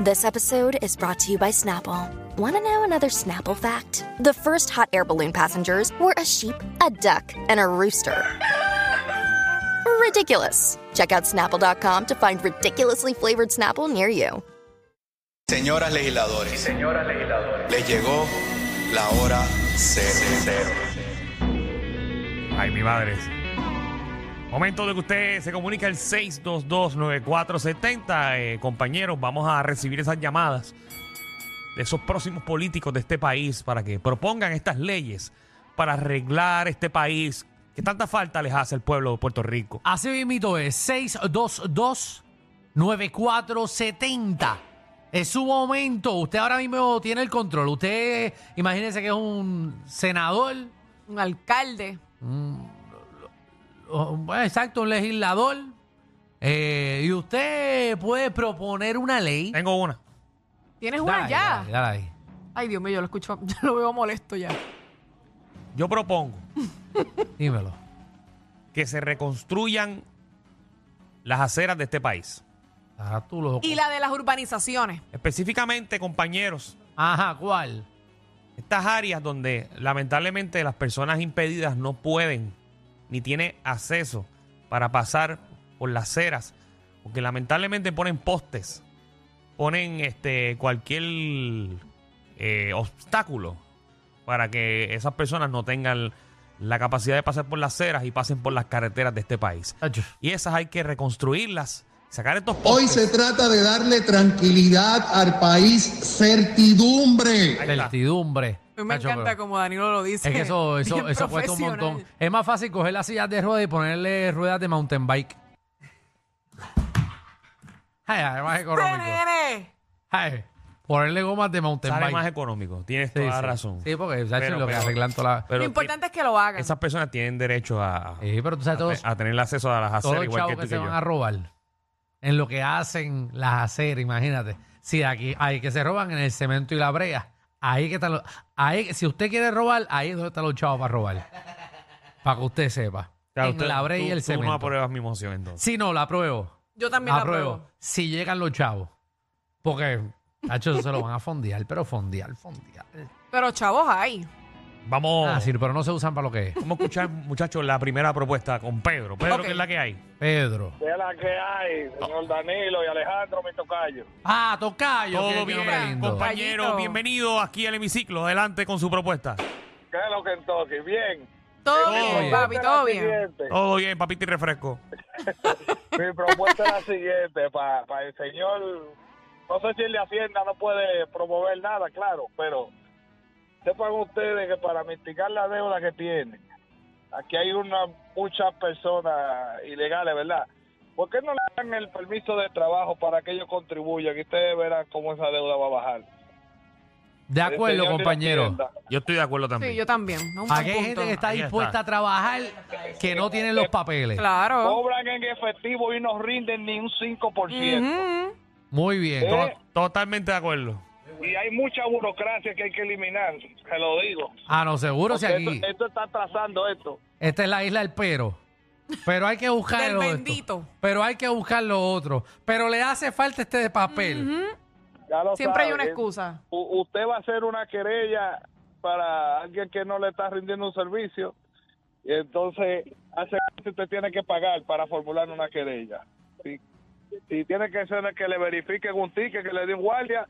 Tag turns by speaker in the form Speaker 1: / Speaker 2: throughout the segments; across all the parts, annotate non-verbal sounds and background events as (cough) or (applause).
Speaker 1: This episode is brought to you by Snapple. Want to know another Snapple fact? The first hot air balloon passengers were a sheep, a duck, and a rooster. Ridiculous. Check out snapple.com to find ridiculously flavored Snapple near you.
Speaker 2: Señoras legisladores, les llegó la hora cero.
Speaker 3: Ay, mi madre. Momento de que usted se comunique al 622-9470. Eh, compañeros, vamos a recibir esas llamadas de esos próximos políticos de este país para que propongan estas leyes para arreglar este país que tanta falta les hace al pueblo de Puerto Rico.
Speaker 4: Así mismo es 622-9470. Es su momento. Usted ahora mismo tiene el control. Usted, imagínese que es un senador,
Speaker 5: un alcalde.
Speaker 4: o- bueno, exacto, un legislador. eh, y usted puede proponer una ley.
Speaker 3: Tengo una.
Speaker 5: ¿Tienes
Speaker 4: Dale
Speaker 5: una
Speaker 4: ahí,
Speaker 5: ya?
Speaker 4: dale ahí, dale ahí.
Speaker 5: Ay, Dios mío, yo lo escucho, (laughs) yo lo veo molesto ya.
Speaker 3: Yo propongo
Speaker 4: Dímelo.
Speaker 3: que se reconstruyan las aceras de este país.
Speaker 4: Ah, tú loco.
Speaker 5: Y la de las urbanizaciones.
Speaker 3: Específicamente, compañeros,
Speaker 4: Ajá, ¿cuál?
Speaker 3: estas áreas donde lamentablemente las personas impedidas no pueden ni tienen acceso para pasar por las aceras, porque lamentablemente ponen postes, ponen este cualquier eh, obstáculo para que esas personas no tengan la capacidad de pasar por las aceras y pasen por las carreteras de este país.
Speaker 4: Tacho.
Speaker 3: Y esas hay que reconstruirlas, sacar estos postes.
Speaker 6: Hoy se trata de darle tranquilidad al país, certidumbre.
Speaker 3: Ahí está.
Speaker 4: Certidumbre.
Speaker 5: A mí me
Speaker 4: Tacho,
Speaker 5: encanta
Speaker 4: pero-
Speaker 5: como Danilo lo dice.
Speaker 4: Es que
Speaker 5: (laughs)
Speaker 4: eso, eso,
Speaker 5: Bien
Speaker 4: eso cuesta un
Speaker 5: profesional.
Speaker 4: montón. Es más fácil coger las sillas de ruedas y ponerle ruedas de mountain bike. Ay, además es económico.
Speaker 5: Nene.
Speaker 4: Ay, ponerle gomas de mountain
Speaker 3: Sale
Speaker 4: bike.
Speaker 3: más económico, tienes
Speaker 4: Sí,
Speaker 3: toda la
Speaker 4: sí.
Speaker 3: razón.
Speaker 4: Sí, porque ¿sabes?
Speaker 3: Pero-
Speaker 4: lo que
Speaker 3: pero-
Speaker 4: arreglan toda la...
Speaker 3: pero
Speaker 5: lo importante es que lo hagan.
Speaker 3: esas personas tienen derecho a,
Speaker 4: Sí, pero tú
Speaker 3: a,
Speaker 4: sabes Eh, todos,
Speaker 3: a tener el acceso a las
Speaker 4: todos
Speaker 3: aceras
Speaker 4: los
Speaker 3: igual
Speaker 4: chavos
Speaker 3: que
Speaker 4: que,
Speaker 3: tú y
Speaker 4: se
Speaker 3: que
Speaker 4: van a
Speaker 3: yo.
Speaker 4: robar en lo que hacen las aceras, imagínate. Si aquí hay que se roban en el cemento y la brea, ahí que están los... Ahí, si usted quiere robar, ahí es donde están los chavos para robar. Para que usted sepa.
Speaker 3: Claro,
Speaker 4: en
Speaker 3: usted-
Speaker 4: la brea y
Speaker 3: tú-
Speaker 4: el
Speaker 3: Tú no
Speaker 4: cemento.
Speaker 3: apruebas mi moción entonces.
Speaker 4: Si no, la apruebo.
Speaker 5: Yo también lo
Speaker 4: apruebo.
Speaker 5: apruebo.
Speaker 4: Ah, Si llegan los chavos. Porque, Nacho, eso se lo van a fondear, pero fondear, fondear.
Speaker 5: Pero chavos hay.
Speaker 3: Vamos,
Speaker 4: Ah, sí, pero no se usan para lo que es.
Speaker 3: vamos a escuchar, muchachos, la primera propuesta con Pedro. Pedro,
Speaker 5: Ok.
Speaker 3: que es la que hay.
Speaker 4: Pedro.
Speaker 7: De la que hay, señor Danilo y Alejandro, mi tocayo.
Speaker 4: Ah, tocayo.
Speaker 3: Todo
Speaker 4: qué
Speaker 3: bien,
Speaker 4: nombre lindo.
Speaker 3: compañero.
Speaker 5: Caballito.
Speaker 3: Bienvenido aquí al hemiciclo. Adelante con su propuesta.
Speaker 7: ¿Qué es lo que entonces? Bien.
Speaker 5: Todo
Speaker 3: Todo
Speaker 5: bien,
Speaker 3: bien.
Speaker 5: papi,
Speaker 7: Mi
Speaker 5: todo
Speaker 7: propuesta es
Speaker 5: bien. Oh.
Speaker 7: la siguiente.
Speaker 3: Todo bien, papito y refresco.
Speaker 7: Mi propuesta es la siguiente, para el señor, no sé si el de Hacienda no puede promover nada, claro, pero sepan ustedes que para mitigar la deuda que tienen, aquí hay una muchas personas ilegales, ¿verdad? ¿Por qué no le dan el permiso de trabajo para que ellos contribuyan? Y ustedes verán cómo esa deuda va a bajar.
Speaker 4: De
Speaker 3: Este
Speaker 4: acuerdo,
Speaker 7: El señor de
Speaker 4: compañero.
Speaker 7: Hacienda.
Speaker 3: Yo estoy de acuerdo también.
Speaker 5: Sí, yo también. Un buen
Speaker 4: Aquí hay gente
Speaker 5: punto.
Speaker 4: que está
Speaker 3: Ahí está.
Speaker 4: dispuesta a trabajar que no tiene los papeles.
Speaker 5: Claro.
Speaker 7: Cobran en efectivo y no rinden ni un 5%.
Speaker 5: Ujú.
Speaker 4: Muy bien.
Speaker 7: Eh,
Speaker 3: To- Totalmente de acuerdo.
Speaker 7: Y hay mucha burocracia que hay que eliminar, se lo digo.
Speaker 4: Ah, no, seguro si
Speaker 7: Porque
Speaker 4: aquí.
Speaker 3: eh.
Speaker 7: esto, esto está atrasando esto.
Speaker 4: Esta es la isla del pero. Pero hay que buscar
Speaker 5: Del
Speaker 4: lo de esto.
Speaker 5: bendito.
Speaker 4: Pero hay que buscar lo otro. Pero le hace falta este de papel.
Speaker 7: Ya lo
Speaker 5: Siempre hay
Speaker 7: sabe.
Speaker 5: una excusa.
Speaker 7: U- usted va a hacer una querella para alguien que no le está rindiendo un servicio y entonces hace que usted tiene que pagar para formular una querella. Si, si tiene que ser que le verifiquen un ticket, que le den guardia,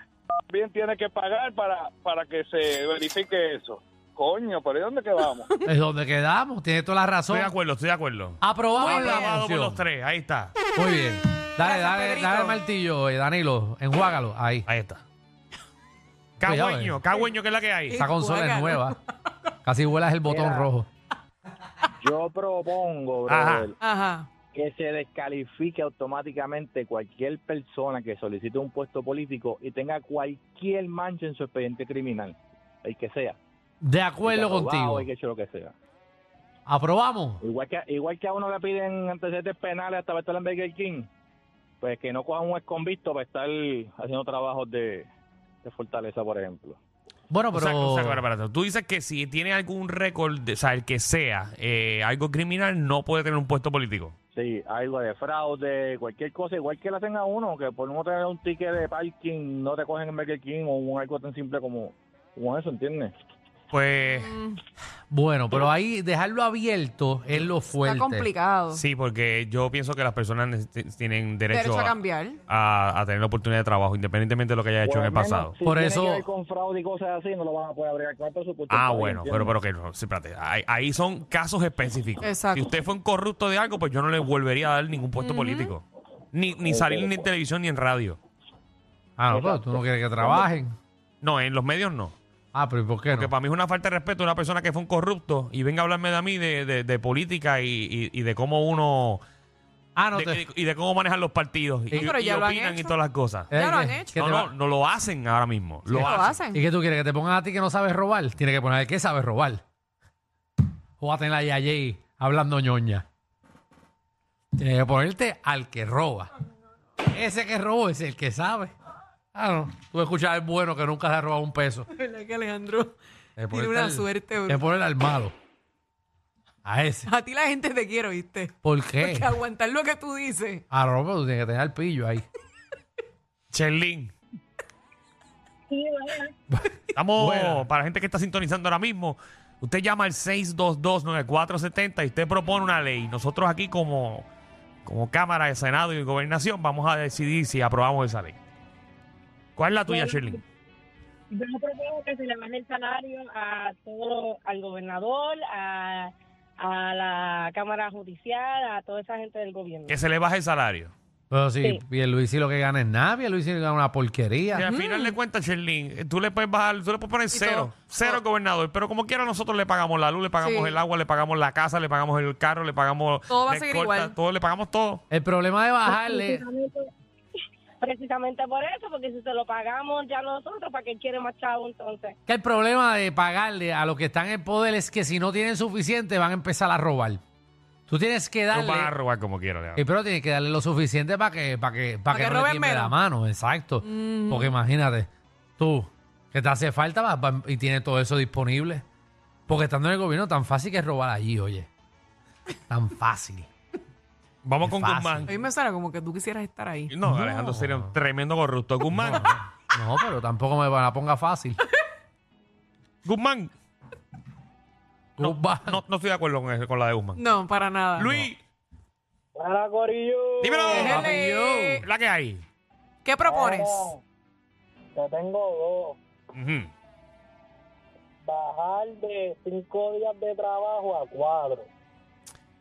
Speaker 7: también tiene que pagar para, para que se verifique eso. Coño, ¿por ahí dónde que vamos?
Speaker 4: Es donde quedamos. Tiene toda la razón.
Speaker 3: Estoy de acuerdo, estoy de acuerdo.
Speaker 4: Ah, Aprobado la
Speaker 3: Aprobado por los
Speaker 4: moción.
Speaker 3: tres. Ahí está.
Speaker 4: Muy bien. Dale,
Speaker 5: Gracias,
Speaker 4: dale,
Speaker 5: Pedrito.
Speaker 4: dale el martillo, eh, Danilo. Enjuágalo. Ahí.
Speaker 3: Ahí está.
Speaker 4: Cuidado, eh.
Speaker 3: Cagüeño, cagüeño, que es la que hay.
Speaker 4: Esa consola es
Speaker 5: Enjuágalo.
Speaker 4: nueva. Casi vuelas el botón
Speaker 7: Mira.
Speaker 4: rojo.
Speaker 7: Yo propongo,
Speaker 3: brother,
Speaker 5: Ajá.
Speaker 8: que se descalifique automáticamente cualquier persona que solicite un puesto político y tenga cualquier mancha en su expediente criminal, el que sea.
Speaker 4: De
Speaker 8: El que
Speaker 4: acuerdo
Speaker 8: ha robado,
Speaker 4: contigo.
Speaker 8: El que ha hecho lo que sea.
Speaker 4: ¿Aprobamos?
Speaker 8: Igual que, igual que a uno le piden antecedentes penales hasta para estar en Burger King, pues que no cojan un exconvicto para estar haciendo trabajos de, de fortaleza, por ejemplo.
Speaker 4: Bueno,
Speaker 3: O
Speaker 4: Ah, pero... Oh.
Speaker 3: sea, o sea, espera, espera, Tú dices que si tiene algún récord, de- o sea, el que sea, eh, algo criminal, no puede tener un puesto político.
Speaker 8: Sí, algo de fraude, cualquier cosa, igual que le hacen a uno, que por no tener un ticket de parking no te cogen en Burger King o un algo tan simple como, como eso, ¿entiendes?
Speaker 3: Pues
Speaker 5: Mm.
Speaker 4: Bueno, pero ahí dejarlo abierto es lo fuerte.
Speaker 5: Está complicado.
Speaker 3: sí, porque yo pienso que las personas neces- tienen derecho,
Speaker 5: Derecho a
Speaker 3: a-
Speaker 5: cambiar.
Speaker 3: a, a tener la oportunidad de trabajo, independientemente de lo que haya hecho
Speaker 8: Por
Speaker 3: en
Speaker 8: lo
Speaker 3: el
Speaker 8: menos,
Speaker 3: pasado.
Speaker 8: si
Speaker 4: Por
Speaker 8: tiene
Speaker 4: eso-
Speaker 8: que ver con fraude y cosas así, no lo van a poder abrir con presupuesto.
Speaker 3: Ah,
Speaker 8: está bien,
Speaker 3: bueno, pero,
Speaker 8: ¿entiendes?
Speaker 3: pero que no, sí, espérate, ahí, ahí son casos específicos.
Speaker 5: Exacto.
Speaker 3: Si usted fue un corrupto de algo, pues yo no le volvería a dar ningún puesto político. Ni, ni salir ni en televisión ni en radio.
Speaker 4: Ah, no, pero tú no quieres que trabajen.
Speaker 3: No, en los medios no.
Speaker 4: Ah, pero ¿y por qué no?
Speaker 3: Porque para mí es una falta de respeto una persona que fue un corrupto y venga a hablarme de a mí de, de- de política y, y- y de cómo uno...
Speaker 4: Ah, no
Speaker 3: de-
Speaker 4: te...
Speaker 3: y de cómo manejan los partidos y,
Speaker 4: Sí,
Speaker 5: pero
Speaker 3: y
Speaker 5: ya lo han
Speaker 3: opinan y
Speaker 5: hecho.
Speaker 3: todas las cosas.
Speaker 4: Eh,
Speaker 5: Ya lo han
Speaker 4: ¿qué-
Speaker 5: hecho.
Speaker 4: qué
Speaker 3: No,
Speaker 4: te
Speaker 3: no,
Speaker 4: va-
Speaker 3: no lo hacen ahora mismo. Lo
Speaker 5: Lo
Speaker 3: hacen.
Speaker 5: hacen. (laughs)
Speaker 4: ¿Y qué tú quieres? ¿Que te pongan a ti que no sabes robar? Tiene que poner el que sabe robar. O a tener a Yayay hablando ñoña. Tienes que ponerte al que roba. Ese que robó es el que sabe. Ah, no. Tú escuchas al bueno que nunca se ha robado un peso.
Speaker 5: ¿Verdad que Alejandro?
Speaker 4: Te
Speaker 5: Tiene
Speaker 4: pones
Speaker 5: una
Speaker 4: al-
Speaker 5: suerte, bro.
Speaker 4: Te poner al malo. A ese.
Speaker 5: A ti la gente te quiere, ¿viste?
Speaker 4: ¿Por
Speaker 5: (laughs)
Speaker 4: qué?
Speaker 5: Que aguantar lo que tú dices.
Speaker 4: A Roberto tú tienes que tener el pillo ahí.
Speaker 3: Cherlin. Estamos,
Speaker 4: Buena.
Speaker 3: para la gente que está sintonizando ahora mismo, usted llama al 622-9470 y usted propone una ley. Nosotros aquí como, como Cámara de Senado y Gobernación vamos a decidir si aprobamos esa ley. ¿Cuál es la tuya, Sherlyn?
Speaker 9: Yo propongo que se le baje el salario a todo, al gobernador, a, a la Cámara Judicial, a toda esa gente del gobierno.
Speaker 3: Que se le baje el salario.
Speaker 4: Pero si
Speaker 9: Sí.
Speaker 4: Pierluisi lo que gana es nada, Pierluisi gana una
Speaker 3: Y
Speaker 4: porquería.
Speaker 3: al final de cuentas, Sherlyn, eh, tú le puedes bajar, tú le puedes poner cero,
Speaker 5: todo. Ah.
Speaker 3: cero al gobernador, pero como quiera nosotros le pagamos la luz, le pagamos
Speaker 5: Sí.
Speaker 3: el agua, le pagamos la casa, le pagamos el carro, le pagamos
Speaker 5: Todo va a
Speaker 3: la
Speaker 5: seguir
Speaker 3: escolta,
Speaker 5: igual.
Speaker 3: todo, le pagamos todo.
Speaker 4: El problema de bajarle.
Speaker 9: Precisamente, precisamente por eso, porque si se lo pagamos ya nosotros, ¿para qué quiere más chavo entonces?
Speaker 4: Que el problema de pagarle a los que están en poder es que si no tienen suficiente van a empezar a robar. Tú tienes que
Speaker 3: Nos
Speaker 4: darle.
Speaker 3: van a robar como quiera. Leandro.
Speaker 4: Eh, pero tienes que darle lo suficiente para que, para que, para
Speaker 5: Pa'
Speaker 4: que,
Speaker 5: que
Speaker 4: no le
Speaker 5: roben
Speaker 4: tiemble
Speaker 5: menos.
Speaker 4: la mano. Exacto.
Speaker 5: Mm.
Speaker 4: Porque imagínate, tú, que te hace falta vas- vas- y tienes todo eso disponible. Porque estando en el gobierno, tan fácil que es robar allí, oye. Tan
Speaker 3: (laughs)
Speaker 4: fácil.
Speaker 3: Vamos
Speaker 4: Es
Speaker 3: con
Speaker 4: fácil.
Speaker 3: Guzmán.
Speaker 5: A mí me suena como que tú quisieras estar ahí.
Speaker 3: No, Alejandro sería un tremendo corrupto. Guzmán,
Speaker 4: No, pero tampoco me la ponga fácil.
Speaker 3: Guzmán,
Speaker 4: Tú vas-
Speaker 3: (laughs) no, no estoy de acuerdo con, eso- con la de Guzmán.
Speaker 5: No, para nada.
Speaker 3: Luis,
Speaker 8: ¡Para, Corillo!
Speaker 3: dímelo.
Speaker 4: Déjale.
Speaker 5: Déjele.
Speaker 4: Papillón.
Speaker 3: La que hay.
Speaker 5: ¿Qué propones?
Speaker 9: Oh.
Speaker 8: Bueno, Te tengo dos.
Speaker 3: Ujú.
Speaker 8: Bajar de cinco días de trabajo a cuatro.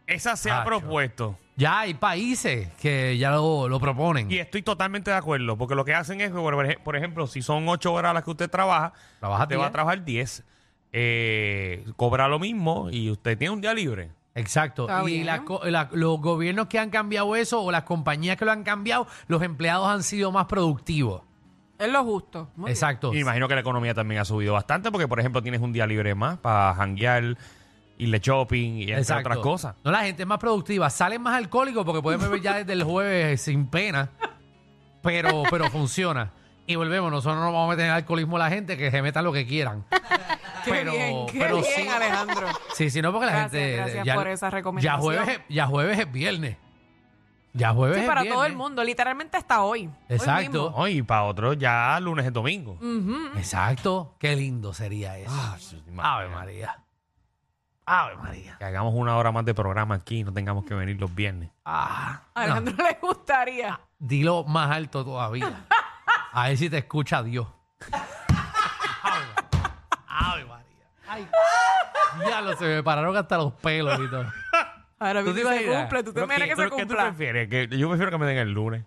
Speaker 3: Esa se ha
Speaker 4: Acho.
Speaker 3: propuesto.
Speaker 4: Ya hay países que ya lo, lo proponen.
Speaker 3: Y estoy totalmente de acuerdo, porque lo que hacen es, por ej- por ejemplo, si son ocho horas las que usted trabaja,
Speaker 4: Trabaja
Speaker 3: usted va a
Speaker 4: 10.
Speaker 3: trabajar diez. Eh, cobra lo mismo y usted tiene un día libre.
Speaker 4: Exacto.
Speaker 5: Está
Speaker 4: Y
Speaker 5: bien.
Speaker 4: la co- la- los gobiernos que han cambiado eso o las compañías que lo han cambiado, los empleados han sido más productivos.
Speaker 5: Es lo justo. Muy bien.
Speaker 4: Exacto.
Speaker 3: Y me imagino que la economía también ha subido bastante, porque, por ejemplo, tienes un día libre más para janguear, irle shopping y entre
Speaker 4: Exacto.
Speaker 3: otras cosas.
Speaker 4: No, la gente es más productiva. Salen más alcohólicos porque pueden beber ya desde el jueves sin pena. Pero, pero funciona. Y volvemos, nosotros no vamos a meter en el alcoholismo a la gente, que se metan lo que quieran.
Speaker 5: Qué
Speaker 4: pero-
Speaker 5: bien, qué
Speaker 4: pero
Speaker 5: bien,
Speaker 4: sí.
Speaker 5: Alejandro.
Speaker 4: Sí, sí, no, porque la
Speaker 5: Gracias,
Speaker 4: gente.
Speaker 5: gracias
Speaker 4: ya,
Speaker 5: por esa
Speaker 4: ya
Speaker 5: recomendación.
Speaker 4: jueves, es- ya jueves es viernes. Ya jueves
Speaker 5: Sí,
Speaker 4: Pues es
Speaker 5: para
Speaker 4: viernes.
Speaker 5: todo el mundo, literalmente hasta hoy. Hoy
Speaker 4: Exacto.
Speaker 5: mismo.
Speaker 3: No, y para otros ya lunes y domingo.
Speaker 5: Ujú.
Speaker 4: Exacto. Qué lindo sería eso.
Speaker 3: Ah, sí, madre.
Speaker 4: Ave María. Ave María.
Speaker 3: Que hagamos una hora más de programa aquí y no tengamos que venir los viernes.
Speaker 4: Ah,
Speaker 5: A
Speaker 4: no.
Speaker 5: Alejandro le gustaría.
Speaker 4: Dilo más alto todavía. A ver si te escucha Dios. Ave María. Ay. Diablo, se me pararon hasta los pelos y todo.
Speaker 5: Ahora
Speaker 4: ¿Tú te
Speaker 5: que se
Speaker 4: imaginas?
Speaker 5: cumple, tú te
Speaker 3: Pero
Speaker 5: imaginas
Speaker 3: ¿qué-
Speaker 5: que se
Speaker 3: tú- ¿Qué tú
Speaker 5: cumpla.
Speaker 3: prefieres? Que yo prefiero que me den el lunes.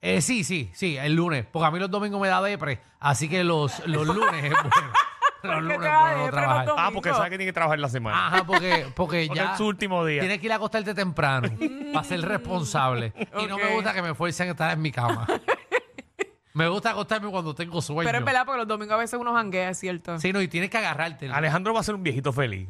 Speaker 4: Eh, sí, sí, sí, el lunes. (laughs) Porque a mí los domingos me da depre. Así que los, los lunes es bueno. los
Speaker 5: qué
Speaker 4: lunes
Speaker 5: te vas
Speaker 4: puedo
Speaker 5: de
Speaker 4: trabajar.
Speaker 5: prematuro?
Speaker 3: Ah, porque sabe que tiene que trabajar la semana.
Speaker 4: Ajá, porque, porque
Speaker 3: Porque
Speaker 4: ya
Speaker 3: es su último día.
Speaker 4: tienes que ir a acostarte
Speaker 5: (laughs)
Speaker 4: temprano para ser responsable. Y no
Speaker 5: Ok.
Speaker 4: me gusta que me fuercen a estar en mi
Speaker 5: (laughs)
Speaker 4: cama. me gusta acostarme cuando tengo sueño.
Speaker 5: Pero es verdad, porque los domingos a veces uno janguea, es cierto.
Speaker 4: Sí, no, y tienes que agarrarte.
Speaker 3: Alejandro va a ser un viejito feliz.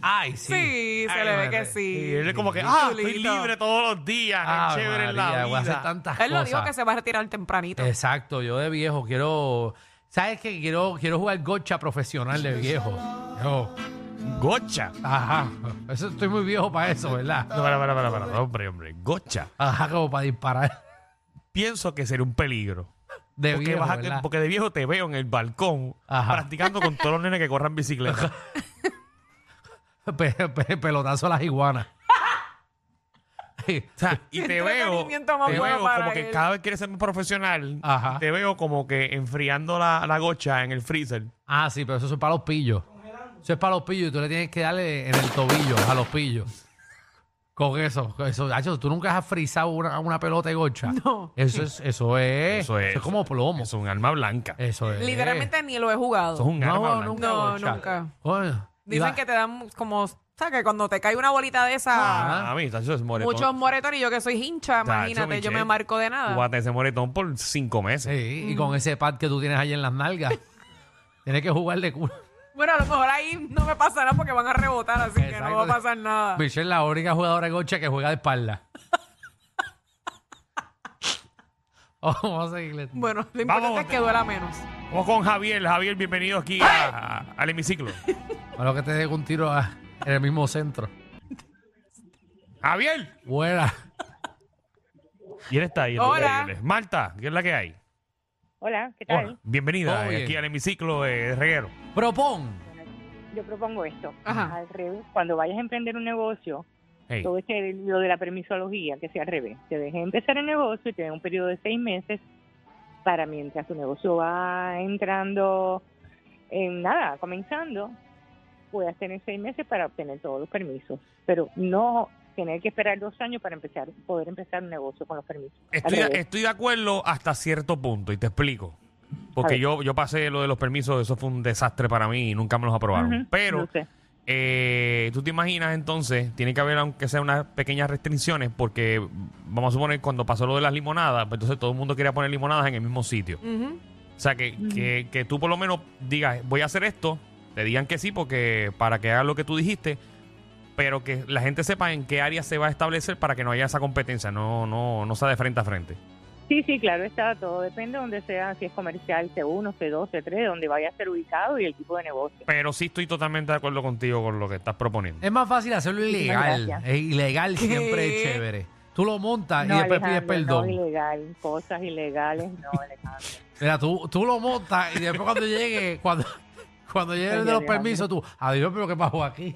Speaker 4: Ay, sí.
Speaker 5: Sí, se
Speaker 4: Ay,
Speaker 5: le ve
Speaker 4: madre.
Speaker 5: que
Speaker 3: Y
Speaker 5: sí.
Speaker 3: él es como que, ah,
Speaker 5: Chulito.
Speaker 3: estoy libre todos los días, qué
Speaker 4: Ah,
Speaker 3: chévere es
Speaker 4: María,
Speaker 3: la
Speaker 4: voy a hacer
Speaker 3: vida.
Speaker 4: tantas
Speaker 5: Él lo
Speaker 4: cosas.
Speaker 5: dijo que se va a retirar tempranito.
Speaker 4: Exacto, yo de viejo quiero. ¿Sabes qué? Quiero, quiero jugar gocha profesional de viejo. Yo-
Speaker 3: Gocha.
Speaker 4: ajá. Eso, estoy muy viejo para eso, ¿verdad?
Speaker 3: No, para, para, para, para, hombre, hombre, gocha.
Speaker 4: Ajá, como para disparar.
Speaker 3: Pienso que sería un peligro.
Speaker 4: De
Speaker 3: porque,
Speaker 4: viejo,
Speaker 3: vas a-
Speaker 4: ¿verdad?
Speaker 3: porque de viejo te veo en el balcón
Speaker 4: Ajá.
Speaker 3: practicando con todos los nenes que corran bicicleta.
Speaker 4: (laughs) Pe- pe- pelotazo a las iguanas. (laughs)
Speaker 3: O sea, y te veo, te
Speaker 5: entretenimiento más
Speaker 3: veo
Speaker 5: bueno para
Speaker 3: como que
Speaker 5: él.
Speaker 3: cada vez quieres ser más profesional.
Speaker 4: Ajá.
Speaker 3: y Te veo como que enfriando la, la gocha en el freezer.
Speaker 4: ah, sí, pero eso es para los pillos. Eso es para los pillos y tú le tienes que darle en el tobillo a los pillos. Con eso, con eso. Hacho, tú nunca has frizado una, una pelota de gocha.
Speaker 5: No.
Speaker 4: Eso es, eso
Speaker 5: Eh,
Speaker 4: es,
Speaker 3: Eso es-
Speaker 4: como plomo.
Speaker 3: Es
Speaker 4: Eso,
Speaker 3: un arma blanca.
Speaker 4: es.
Speaker 5: Literalmente ni lo he
Speaker 3: Eso es
Speaker 5: jugado.
Speaker 3: un
Speaker 4: No,
Speaker 3: arma
Speaker 4: no,
Speaker 3: blanca.
Speaker 4: nunca.
Speaker 5: No,
Speaker 4: gocha.
Speaker 5: nunca.
Speaker 4: Coño,
Speaker 5: Dicen
Speaker 4: iba-
Speaker 5: que te dan como, o sea, que cuando te cae una bolita de esa,
Speaker 3: Ah, a mí, tacho, es moretón.
Speaker 5: muchos moretones y yo que soy hincha,
Speaker 3: Tacho,
Speaker 5: imagínate, yo
Speaker 3: Michelle,
Speaker 5: me marco de
Speaker 3: tú
Speaker 5: nada.
Speaker 3: vas a tener ese moretón por cinco meses.
Speaker 4: Sí, y con ese pad que tú tienes ahí en las nalgas. (laughs) tienes que jugar de culo.
Speaker 5: Bueno, a lo mejor ahí no me pasará porque van a rebotar, así que
Speaker 4: Exacto.
Speaker 5: no va a pasar nada.
Speaker 4: Michelle es la única jugadora de gocha que juega
Speaker 9: (laughs)
Speaker 4: de espalda. Oh, vamos a seguirle.
Speaker 5: Bueno, lo importante
Speaker 3: Vamos.
Speaker 5: es que duela menos.
Speaker 3: Vamos con Javier. Javier, bienvenido aquí a- a- al hemiciclo.
Speaker 4: A lo que te dé un tiro a- en el mismo centro.
Speaker 3: Javier.
Speaker 4: Buena.
Speaker 3: Y él está ahí.
Speaker 5: Hola.
Speaker 3: increíble. Marta, ¿qué es la que hay?
Speaker 9: Hola, ¿qué tal?
Speaker 3: Hola. Bienvenida
Speaker 4: Todo
Speaker 3: eh,
Speaker 4: bien.
Speaker 3: aquí al hemiciclo eh, de Reguero.
Speaker 4: Propón.
Speaker 9: Yo propongo esto.
Speaker 5: Ajá.
Speaker 9: Al revés, cuando vayas a emprender un negocio,
Speaker 3: Hey.
Speaker 9: todo este, lo de la permisología, que sea al revés. Te dejes empezar el negocio y te den un periodo de seis meses para mientras tu negocio va entrando en nada, comenzando, puedas tener seis meses para obtener todos los permisos. Pero no tener que esperar dos años para empezar poder empezar un negocio con los permisos. Al
Speaker 3: Estoy,
Speaker 9: revés.
Speaker 3: estoy de acuerdo hasta cierto punto y te explico.
Speaker 9: A
Speaker 3: Porque
Speaker 9: ver.
Speaker 3: yo, yo pasé lo de los permisos, eso fue un desastre para mí y nunca me los aprobaron.
Speaker 9: Ujú,
Speaker 3: Pero
Speaker 9: yo sé.
Speaker 3: eh, tú te imaginas entonces, tiene que haber aunque sea unas pequeñas restricciones porque vamos a suponer cuando pasó lo de las limonadas, pues entonces todo el mundo quería poner limonadas en el mismo sitio.
Speaker 5: Ujú.
Speaker 3: O sea, que, que, que tú por lo menos digas, voy a hacer esto, te digan que sí porque para que hagas lo que tú dijiste, pero que la gente sepa en qué área se va a establecer para que no haya esa competencia, no, no, no sea de frente a frente.
Speaker 9: Sí, sí, claro, está todo. Depende de donde sea, si es comercial, C1, C2, C3, donde vaya a ser ubicado y el tipo de negocio.
Speaker 3: Pero sí estoy totalmente de acuerdo contigo con lo que estás proponiendo.
Speaker 4: Es más fácil hacerlo ilegal.
Speaker 9: gracias.
Speaker 4: Eh, ilegal siempre es
Speaker 5: ¿Qué?
Speaker 4: chévere. Tú lo montas
Speaker 9: No,
Speaker 4: y después pides
Speaker 9: Alejandro,
Speaker 4: perdón.
Speaker 9: No, ilegal, cosas ilegales, no, Alejandro.
Speaker 4: Mira, tú, tú lo montas y después cuando llegue, cuando, cuando llegue el de
Speaker 9: Oye,
Speaker 4: los
Speaker 9: Dios
Speaker 4: permisos, tú, adiós, pero ¿qué pasó aquí?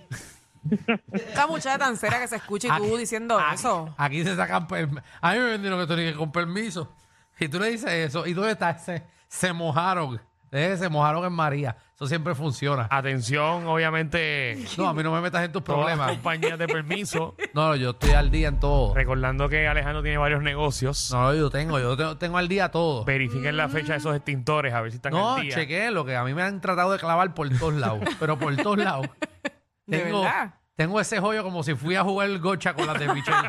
Speaker 5: Esta muchacha tan seria que se escucha y
Speaker 4: Aquí-
Speaker 5: tú diciendo
Speaker 4: aquí-
Speaker 5: eso.
Speaker 4: Aquí se sacan permisos. A mí me vendieron que tú tienes que con permiso. Y tú le dices eso. ¿Y dónde estás? Se, se mojaron. Eh, se mojaron en María. Eso siempre funciona.
Speaker 3: Atención, obviamente,
Speaker 4: (laughs) No, a mí no me metas en tus
Speaker 3: todas las
Speaker 4: problemas.
Speaker 3: compañías de permiso.
Speaker 4: No, no, yo estoy al día en todo.
Speaker 3: Recordando que Alejandro tiene varios negocios.
Speaker 4: No, yo tengo, yo tengo, tengo al día todo.
Speaker 3: Verifiquen la fecha de esos extintores, a ver si están
Speaker 4: No,
Speaker 3: al día.
Speaker 4: chequeen lo que a mí me han tratado de clavar por todos lados. pero por todos lados.
Speaker 5: ¿De
Speaker 4: Tengo,
Speaker 5: verdad?
Speaker 4: tengo ese joyo como si fui a jugar el gocha con las de Michelle.